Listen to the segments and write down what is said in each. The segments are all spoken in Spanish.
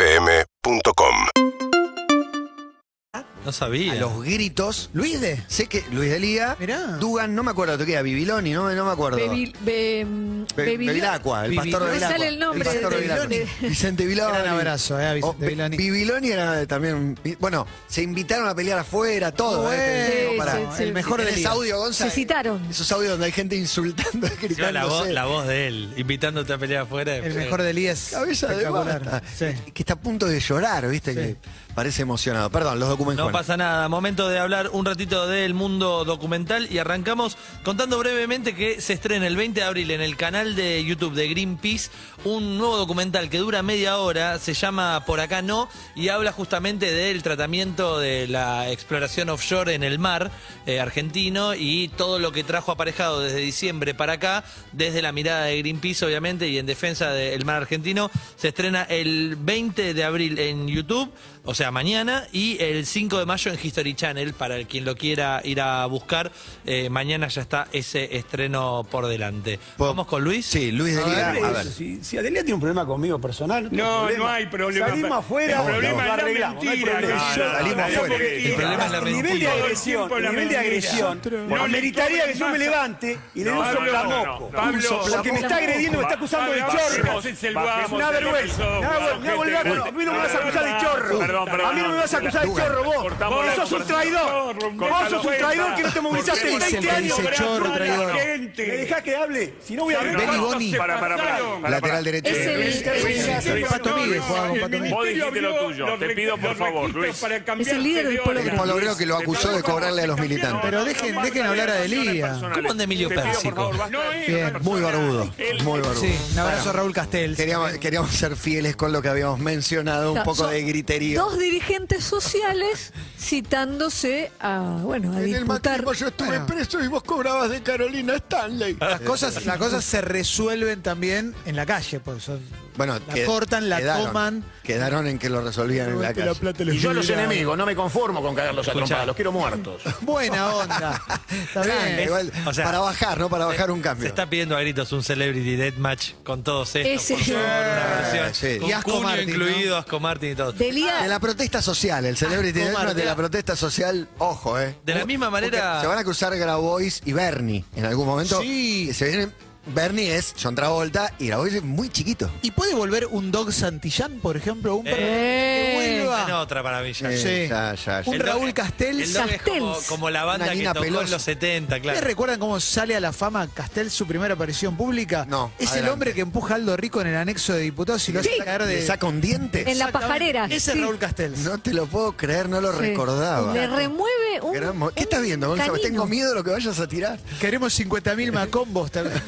UrbanaPlayFM.com No sabía. a los gritos. Luis de, sé que Luis de Lía, Mirá. Dugan, no me acuerdo, te queda Bibiloni, no, no me acuerdo. Bebil, be- Be- Bebilio- Bevilacqua, el pastor Bibiloni. de Bevilacqua. No sale el nombre pastor de- de Bevilacqua. de- Vicente Viloni. Gran abrazo, eh, a Vicente Oh, Be- Viloni. Bibiloni era también. Bueno, se invitaron a pelear afuera, todo. eh, Sí, no, pará. sí, sí. el mejor de ¿Tenés audio, Se Gonzalo? citaron. Esos audios donde hay gente insultando, Encima gritando. la, voz, la voz de él, invitándote a pelear afuera. El mejor del IES. Cabeza de Espectacular. vaca. Sí. Que está a punto de llorar, ¿viste? Que parece emocionado. Perdón, los documentos. No pasa nada, momento de hablar un ratito del mundo documental y arrancamos contando brevemente que se estrena el 20 de abril en el canal de YouTube de Greenpeace un nuevo documental que dura media hora, se llama Por acá no y habla justamente del tratamiento de la exploración offshore en el mar eh, argentino y todo lo que trajo aparejado desde diciembre para acá, desde la mirada de Greenpeace obviamente y en defensa del mar argentino, se estrena el 20 de abril en YouTube o sea, mañana, y el 5 de mayo en History Channel, para el quien lo quiera ir a buscar, eh, mañana ya está ese estreno por delante. Po- ¿Vamos con Luis? Sí, Luis de Lía. Adelante, A ver. Si, si Adelia tiene un problema conmigo personal. No, no hay problema. Salimos afuera, El problema lo es la arreglamos, mentira, no hay problema. no, Yo- no, salimos no, afuera. porque- El problema es la nivel mentira. de Todo el agresión, tiempo la nivel de mentira. agresión. No No, le meritaría que yo tomen me masa. levante y le dé No, un Pablo, soplamoco. no, no. Un Pablo, soplamoco. Porque me está agrediendo, me está acusando de Ba- chorro. bajemos el vamos, Es una el vergüenza. episodio, Me hago- me hago el gente. vago. A mí no me vas a acusar de chorro. Perdón, perdón, A mí no me vas a acusar de Dugan. chorro vos. Cortamos Vos la sos un conversación. traidor. Vos Cortamos sos un la traidor cuenta. que no te ¿Por movilizaste qué en vos 20 siempre años. dices chorro, Abrazar a la traidor? gente. ¿Me dejás que hable? Si no voy a ¿Sabés Benny cuántos Boni. se Para, para, para. pasaron? Lateral derecho. Es el- Luis. el- Luis. el- Luis. Pato Miguel jugaba con Pato Miguel. Vos dijiste lo tuyo. Te pido, por favor, Luis. Es el líder del polo El Polo Obrero que lo acusó de cobrarle a los militantes. Pero dejen- dejen hablar a Delía. ¿Cómo anda Emilio Pérsico? Bien, Muy barbudo. Muy barbudo. Sí, un abrazo a Raúl Castel. Queríamos, queríamos ser fieles con lo que habíamos mencionado, un Claro, poco son de griterío. Dos dirigentes sociales citándose a, bueno, a disputar. yo estuve preso y vos cobrabas de Carolina Stanley. Eh, Las cosas, las cosas se resuelven también en la calle, porque son- Bueno, la que- cortan, la quedaron, toman. Quedaron en que lo resolvían en la calle. Y yo a los enemigos, no me conformo con cagarlos a trompadas, los quiero muertos. Buena onda. Está Ah, bien. igual, o sea, eh, para bajar, ¿no? Para bajar un Se cambio. está pidiendo a gritos un Celebrity Deathmatch con todos estos, Ese. por favor, una versión. Sí. Con Ah, Y Asco Cunio Martin, ¿no? incluido, Asco Martin y todo. Ah, De Delía, la protesta social, el celebrity Ah, dinner Omar, de ya. la protesta social, ojo, ¿eh? De la misma Porque manera- Se van a acusar Grabois y Bernie en algún momento. Sí. Que Se vienen, Bernie es John Travolta y Grabois es muy chiquito. ¿Y puede volver un Dog Santillán, por ejemplo? Un perro Eh. que vuelva. Tiene otra para mí ya. Eh, Sí. Ya, ya, ya. Un El Raúl dog- Castel. El dog es como, Castells. como la banda Una que nina tocó en pelosa. los 70, ¿Ustedes claro. recuerdan cómo sale a la fama Castel su primera aparición pública? No, Es el adelante. hombre que empuja a Aldo Rico en el anexo de diputados y lo hace caer de. ¿Le saca un diente? en la Exactamente. pajarera. Ese es Sí. Raúl Castel. No te lo puedo creer, no lo Sí. recordaba. Le remueve un. Gran mo- ¿Qué un estás viendo, Gonzalo? canino. Tengo miedo de lo que vayas a tirar. Queremos 50.000 macombos también.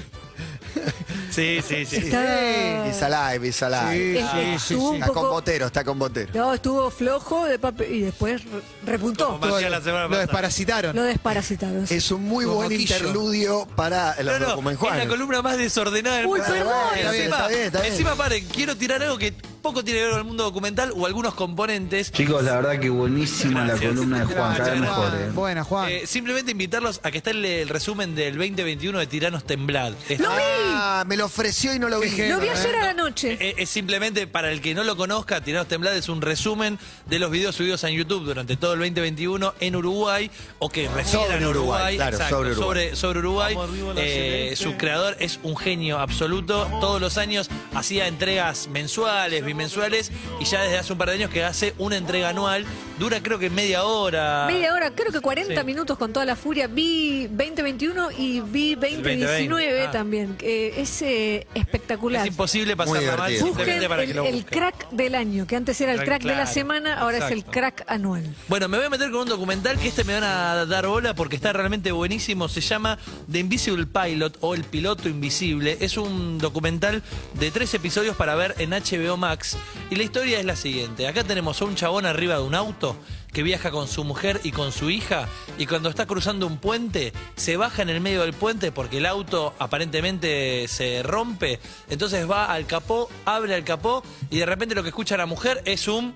Sí, sí, sí. Está- It's alive, it's alive. Sí, Es que sí, sí, Este, estuvo sí. un Está con poco. botero, está con botero. No, estuvo flojo de papel y después re- repuntó. Como hacía la semana Lo pasada. desparasitaron. Lo desparasitaron. sí. Es un muy Como buen Quillo. interludio para los No, no, documentuales. es la columna más desordenada del Uy, mundo. perdón. Bueno, Está bien, encima, está bien, está bien. encima, paren, quiero tirar algo que poco tiene que ver con el mundo documental o algunos componentes. Chicos, la verdad que buenísima Gracias. la columna de Juan, cada vez Gracias, mejor. eh. Buena, Juan. Eh, simplemente invitarlos a que está el, el resumen del 2021 de Tiranos Temblad. Está- Ah, me lo ofreció y no lo vi. Lo vi ayer a la noche. Eh, Es simplemente para el que no lo conozca, Tiranos Temblad es un resumen de los videos subidos en YouTube durante todo el 2021 en Uruguay o que refieren Ah, Sobre a Uruguay, claro, exacto, sobre Uruguay. sobre- sobre Uruguay. Eh, su creador es un genio absoluto. Todos los años hacía entregas mensuales, bimensuales y ya desde hace un par de años que hace una entrega anual. Dura creo que media hora. Media hora, creo que 40 Sí. minutos con toda la furia. Vi 2021 y vi 2019 2020, ah. también. Eh, es eh, Es espectacular. imposible pasarla mal divertido. Busquen simplemente para que el, lo el busquen. crack del año, que antes era el Crack, crack de la claro. semana, ahora es el Exacto. crack anual. Bueno, me voy a meter con un documental que este me van a dar bola porque está realmente buenísimo. Se llama The Invisible Pilot o El Piloto Invisible. Es un documental de tres episodios para ver en HBO Max. Y la historia es la siguiente. Acá tenemos a un chabón arriba de un auto que viaja con su mujer y con su hija y cuando está cruzando un puente se baja en el medio del puente porque el auto aparentemente se rompe. Entonces va al capó, abre el capó y de repente lo que escucha la mujer es un...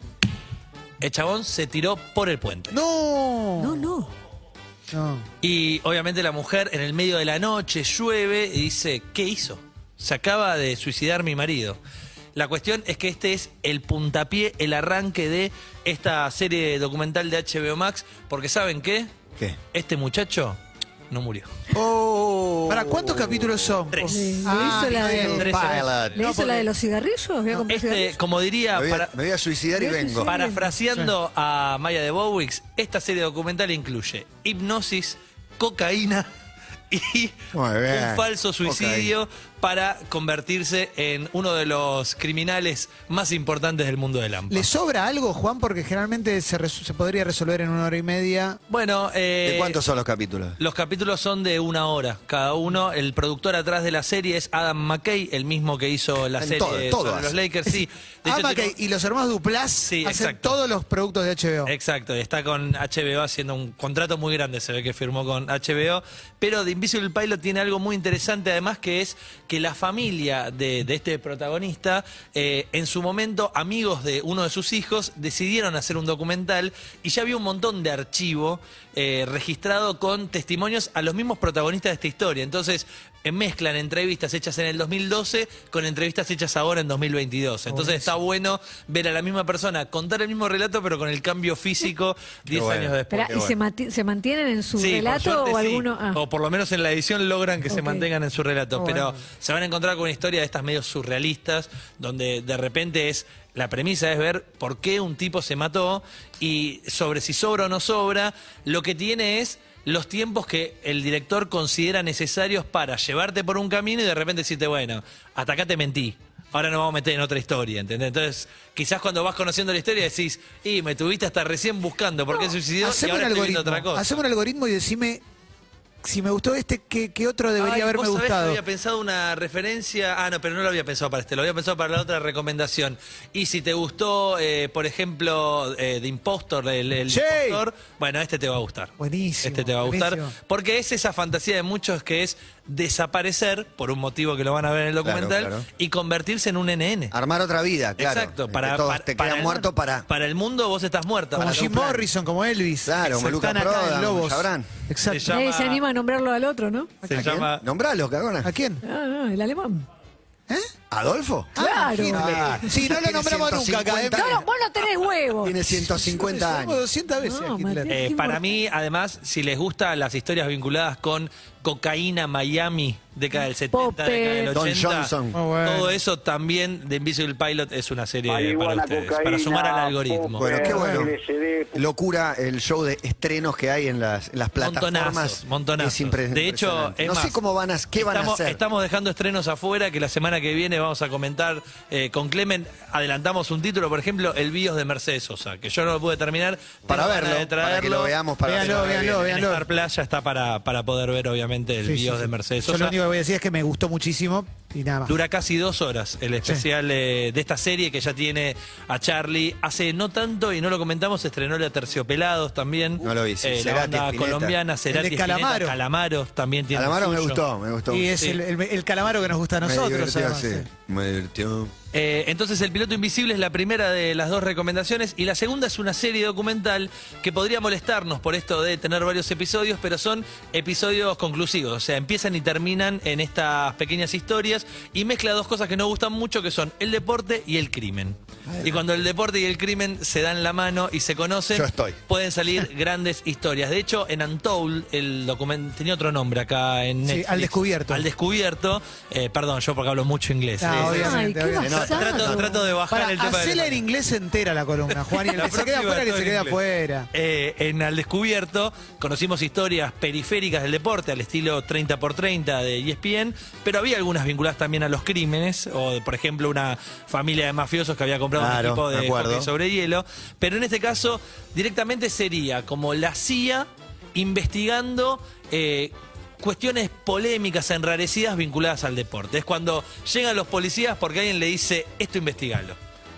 El chabón se tiró por el puente. No. No, no. No. Y obviamente la mujer en el medio de la noche llueve y dice, ¿qué hizo? Se acaba de suicidar mi marido. La cuestión es que este es el puntapié, el arranque de esta serie documental de HBO Max, porque ¿saben qué? ¿Qué? Este muchacho no murió. ¿Para cuántos capítulos son? Tres. Le hizo Ah, la de, Andrés, Pilot. le hizo la de los cigarrillos. Voy a comprar Este, cigarrillos. como diría, Me voy, para- a, me voy a suicidar y Voy a vengo. suicidar. parafraseando a Maya de Bowix, esta serie documental incluye hipnosis, cocaína y Muy bien. un falso suicidio para convertirse en uno de los criminales más importantes del mundo del AMPA. ¿Le sobra algo, Juan? Porque generalmente se, resu- se podría resolver en una hora y media. Bueno, eh, ¿De cuántos son los capítulos? Los capítulos son de una hora cada uno. El productor atrás de la serie es Adam McKay, el mismo que hizo la En serie todo, todo sobre hace. los Lakers. Sí, De hecho, Ama tiene- que- y los hermanos Duplass Sí, hacen exacto. todos los productos de HBO. Exacto, y está con HBO haciendo un contrato muy grande, se ve que firmó con HBO. Pero The Invisible Pilot tiene algo muy interesante además, que es que la familia de, de este protagonista, eh, en su momento, amigos de uno de sus hijos, decidieron hacer un documental y ya había un montón de archivo eh, registrado con testimonios a los mismos protagonistas de esta historia. Entonces, eh, mezclan entrevistas hechas en el 2012 con entrevistas hechas ahora en 2022. Entonces está bueno ver a la misma persona contar el mismo relato pero con el cambio físico 10 bueno. años después. Esperá, ¿Y se, mati- se mantienen en su Sí, por relato suerte o sí. alguno? ah. O por lo menos en la edición logran que se Ok. mantengan en su relato. Oh, pero bueno. se van a encontrar con una historia de estas medios surrealistas, donde de repente es. La premisa es ver por qué un tipo se mató y sobre si sobra o no sobra. Lo que tiene es los tiempos que el director considera necesarios para llevarte por un camino y de repente decirte, bueno, hasta acá te mentí. Ahora nos vamos a meter en otra historia, ¿entendés? Entonces, quizás cuando vas conociendo la historia decís, y me tuviste hasta recién buscando por qué se suicidó y Haceme un ahora estoy viendo algoritmo. otra cosa. Haceme un algoritmo y decime si me gustó este, ¿qué, qué otro debería Ay, haberme vos sabés que gustado? había pensado una referencia. Ah, no, pero no lo había pensado para este, lo había pensado para la otra recomendación. Y si te gustó, eh, por ejemplo, eh, The Impostor, el, el Sí. impostor, bueno, este te va a gustar. Buenísimo, Este te va a gustar. buenísimo. Porque es esa fantasía de muchos que es desaparecer, por un motivo que lo van a ver en el Claro, documental, claro. y convertirse en un NN. Armar otra vida, claro. Exacto, Que para, todos para- te para quedan el- muerto para. Para el mundo vos estás muerta. Como Para Jim un plan. Morrison, como Elvis. Claro, como Luca Están acá Prodan, en como Lobos. Sabrán. Exacto. Se Nadie llama- se anima a nombrarlo al otro, ¿no? Se ¿A quién? llama. Nombralo, cagona. ¿A quién? Ah, no, el alemán. ¿Adolfo? Ah, Claro. Hitler. Ah, Sí, no lo tiene nombramos nunca acá. ¿eh? 150 No, no, vos no tenés huevos. Tiene 150 Somos años. 200 veces No, a Hitler. Mateo. Eh, para mí, además, si les gustan las historias vinculadas con cocaína, Miami, década del 70, Popper. década del 80, Don Johnson. Muy bueno. todo eso también de Invisible Pilot es una serie para Marihuana, ustedes, cocaína, para sumar al algoritmo. Bueno, Popper. qué bueno. LCD. Locura el show de estrenos que hay en las, en las plataformas. Montonazos, montonazos. Es impre- De hecho, impresionante. es no sé más, cómo van a, qué van estamos, a hacer. Estamos dejando estrenos afuera que la semana que viene vamos a comentar eh, con Clemen. Adelantamos un título, por ejemplo, El BIOS de Mercedes Sosa, que yo no lo pude terminar. para Tengo ganas verlo, de para que traerlo. lo veamos, para Véanlo, verlo. véanlo, En véanlo. Star Playa está para, para poder ver, obviamente, el Sí, sí, BIOS sí. de Mercedes Yo Sosa. lo único que voy a decir es que me gustó muchísimo y nada más. Dura casi dos horas el especial eh, de esta serie que ya tiene a Charlie. Hace no tanto, y no lo comentamos, estrenó la Terciopelados también. No lo vi, sí. Eh, la Cerati, banda Spinetta. colombiana, Cerati, El de Spinetta, Calamaro. Calamaro también tiene. Calamaro lo me suyo. gustó, me gustó. Y es Sí. el, el- el calamaro que nos gusta a me nosotros. divirtió, además, eh. sí. sí. Me divirtió. Eh, entonces, El Piloto Invisible es la primera de las dos recomendaciones. Y la segunda es una serie documental que podría molestarnos por esto de tener varios episodios, pero son episodios conclusivos. O sea, empiezan y terminan en estas pequeñas historias y mezcla dos cosas que nos gustan mucho, que son el deporte y el crimen. Y cuando el deporte y el crimen se dan la mano y se conocen, Yo estoy. pueden salir grandes historias. De hecho, en Untold, el documental tenía otro nombre acá en Sí, Netflix. Al Descubierto. Al descubierto. Eh, perdón, yo porque hablo mucho inglés. Ah, Eh, obvio. Ay, obviamente, qué obviamente. Tra- basado. trato, trato de bajar Para, el tema del- hacela en inglés entera la columna, Juan. Y el La que se próxima, queda afuera, que todo se en queda inglés. afuera. Eh, en Al Descubierto conocimos historias periféricas del deporte, al estilo 30x30 de E ESPN, pero había algunas vinculadas también a los crímenes, o por ejemplo una familia de mafiosos que había comprado un Claro, equipo me de acuerdo. hockey sobre hielo, pero en este caso directamente sería como la CIA investigando... eh, Cuestiones polémicas, enrarecidas vinculadas al deporte. Es cuando llegan los policías porque alguien le dice, esto investigalo.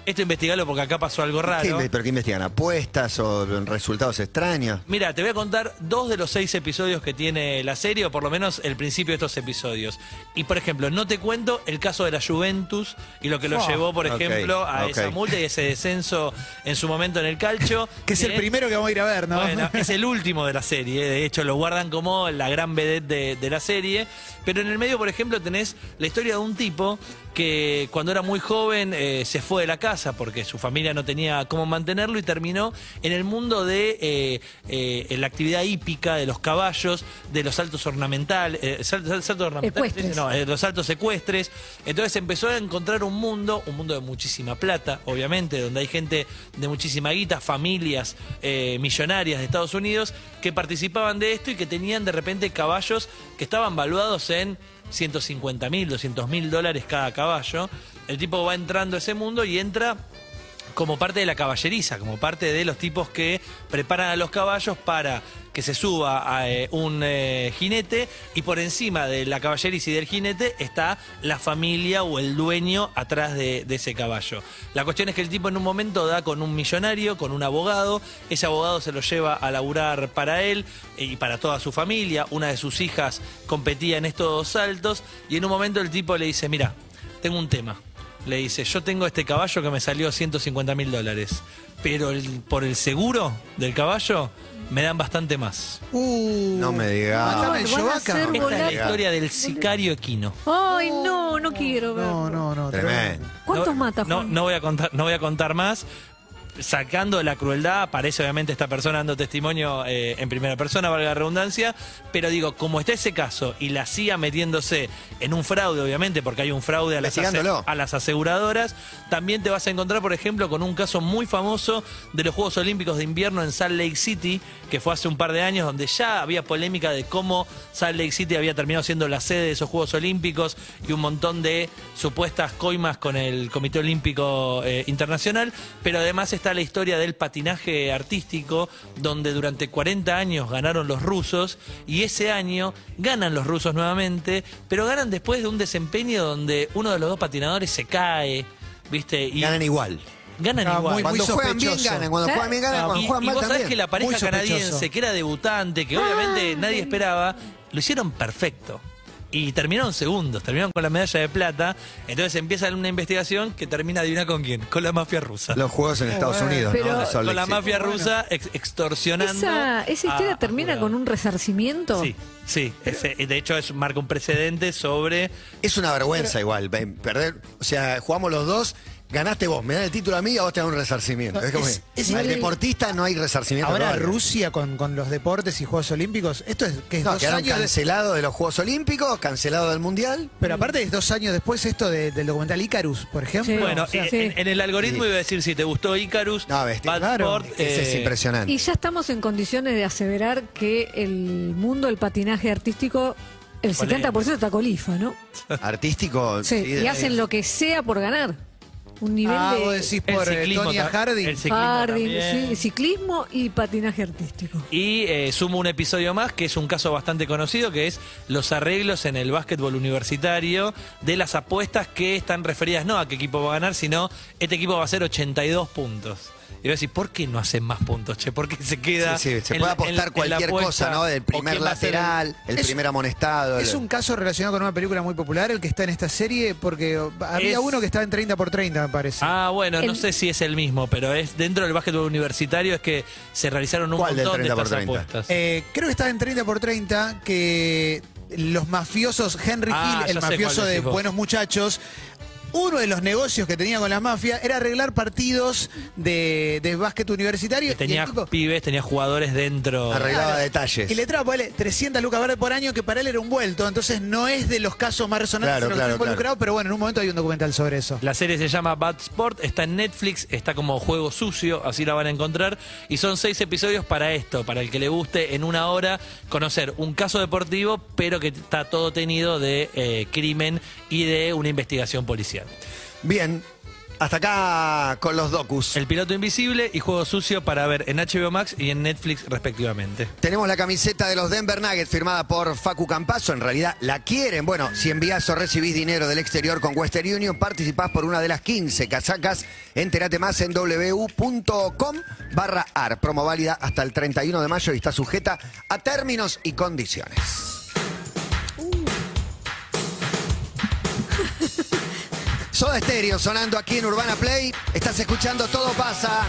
Esto investigalo porque acá pasó algo raro. ¿Qué inve- ¿Pero qué investigan? ¿Apuestas o resultados extraños? Mira, te voy a contar dos de los seis episodios que tiene la serie, o por lo menos el principio de estos episodios. Y por ejemplo, no te cuento el caso de la Juventus y lo que lo Oh, llevó, por ok, ejemplo, a ok. esa multa y ese descenso en su momento en el calcio. Que es el Eh, primero que vamos a ir a ver, ¿no? bueno, es el último de la serie, ¿eh? de hecho lo guardan como la gran vedette de, de la serie, pero en el medio, por ejemplo, tenés la historia de un tipo que cuando era muy joven eh, se fue de la casa porque su familia no tenía cómo mantenerlo y terminó en el mundo de eh, eh, en la actividad hípica, de los caballos, de los saltos ornamentales, saltos, ornamentales, Ecuestres. no, eh, los saltos ecuestres. Entonces empezó a encontrar un mundo, un mundo de muchísima plata, obviamente, donde hay gente de muchísima guita, familias eh, millonarias de Estados Unidos que participaban de esto y que tenían de repente caballos que estaban valuados en 150 mil, 200 mil dólares cada caballo. El tipo va entrando a ese mundo y entra como parte de la caballeriza, como parte de los tipos que preparan a los caballos para que se suba a eh, un eh, jinete y por encima de la caballeriza y del jinete está la familia o el dueño atrás de, de ese caballo. La cuestión es que el tipo en un momento da con un millonario, con un abogado, ese abogado se lo lleva a laburar para él y para toda su familia, una de sus hijas competía en estos saltos y en un momento el tipo le dice, mira, tengo un tema. Le dice, yo tengo este caballo que me salió 150 mil dólares, pero el- por el seguro del caballo me dan bastante más. Uh, No me Ah. digas. Matame el Van a Yovaca. hacer Esta es la Volar- historia del sicario equino. Ay, no, no quiero ver. No, no, no. Tremendo. ¿Cuántos no, mata, No, Juan? no voy a contar, no voy a contar más. Sacando la crueldad, aparece obviamente esta persona dando testimonio eh, en primera persona, valga la redundancia, pero digo, como está ese caso y la CIA metiéndose en un fraude, obviamente, porque hay un fraude a las, ase- Investigándolo. a las aseguradoras, también te vas a encontrar, por ejemplo, con un caso muy famoso de los Juegos Olímpicos de Invierno en Salt Lake City, que fue hace un par de años, donde ya había polémica de cómo Salt Lake City había terminado siendo la sede de esos Juegos Olímpicos y un montón de supuestas coimas con el Comité Olímpico eh, Internacional, pero además está la historia del patinaje artístico, donde durante 40 años ganaron los rusos y ese año ganan los rusos nuevamente, pero ganan después de un desempeño donde uno de los dos patinadores se cae, ¿viste? Y Ganan igual. ganan Ah, igual. muy- Cuando juegan bien sospechoso. ganan, cuando ¿Eh? juegan bien ganan, y, cuando juegan y mal vos sabés también. Ah, que la pareja Muy sospechoso. canadiense, que era debutante, que obviamente nadie esperaba, lo hicieron perfecto. Y terminaron segundos, terminaron con la medalla de plata. Entonces empieza una investigación que termina, adivina con quién, con la mafia rusa. Los juegos en Estados Unidos, Pero- ¿no? De Salt con la Lake City. mafia rusa ex- extorsionando. Esa, esa a- historia a termina jurados. con un resarcimiento. Sí, sí. ese- de hecho, es, marca un precedente sobre Es una vergüenza igual, ven, perder, o sea, jugamos los dos, ganaste vos, me dan el título a mí y a vos te dan un resarcimiento. Es como Es- que es al el- deportista no hay resarcimiento. Ahora no, Rusia con, con los deportes y Juegos Olímpicos, esto es que es No, dos quedaron años de- cancelados de los Juegos Olímpicos, cancelado del Mundial. pero aparte es dos años después esto de- del documental Icarus, por ejemplo. Sí. Bueno, o sea, en, sí. en- en el algoritmo Sí. iba a decir si te gustó Icarus, No, ves, Bad claro, Sport, Ese es eh, impresionante. Y ya estamos en condiciones de aseverar que el mundo del patinaje artístico, el Polémico. 70% está colifa, ¿no? Artístico. Sí, sí, y de- hacen lo que sea por ganar. Un nivel ah, vos de decís el por eh, ciclismo Tonya ta- Harding. el ciclismo jardín, también. sí, ciclismo y patinaje artístico. Y eh, sumo un episodio más, que es un caso bastante conocido, que es los arreglos en el básquetbol universitario de las apuestas que están referidas no a qué equipo va a ganar, sino este equipo va a hacer 82 puntos. Y voy a decir, ¿por qué no hacen más puntos, che? ¿Por qué se queda? Sí, sí, se en puede la- en- apostar en la cualquier apuesta? cosa, ¿no? Del ¿O primer quién va a ser el- lateral, el, Es- primer amonestado. Es el- un caso relacionado con una película muy popular, el que está en esta serie, porque había Es- uno que estaba en 30 por 30, me parece. Ah, bueno, no El- sé si es el mismo, pero es dentro del básquetbol universitario es que se realizaron un ¿Cuál del montón de 30 por estas 30? apuestas. Eh, creo que estaba en 30 por 30 que los mafiosos, Henry Ah, Hill, el ya sé mafioso cuál de decís vos. Buenos Muchachos, uno de los negocios que tenía con la mafia era arreglar partidos de, de básquet universitario. Que tenía y, el tipo- pibes, tenía jugadores dentro. Arreglaba detalles. y le traba ponele, 300 lucas verdes por año, que para él era un vuelto. Entonces no es de los casos más resonantes Claro, en los que claro, está involucrado, pero bueno, en un momento hay un documental sobre eso. La serie se llama Bad Sport, está en Netflix, está como juego sucio, así la van a encontrar. Y son seis episodios para esto, para el que le guste en una hora conocer un caso deportivo, pero que está todo tenido de eh, crimen y de una investigación policial. Bien, hasta acá con los docus. El piloto invisible y juego sucio para ver en HBO Max y en Netflix respectivamente. Tenemos la camiseta de los Denver Nuggets firmada por Facu Campazo. En realidad la quieren. Bueno, si envías o recibís dinero del exterior con Western Union, participás por una de las 15 casacas. Entérate más en www.com barra AR. Promo válida hasta el 31 de mayo y está sujeta a términos y condiciones. Soda Stereo sonando aquí en Urbana Play. Estás escuchando Todo Pasa.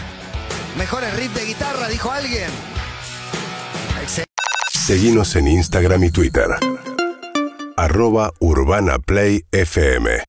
Mejores riff de guitarra, dijo alguien. Excelente. Seguinos en Instagram y Twitter. Arroba Urbana Play FM.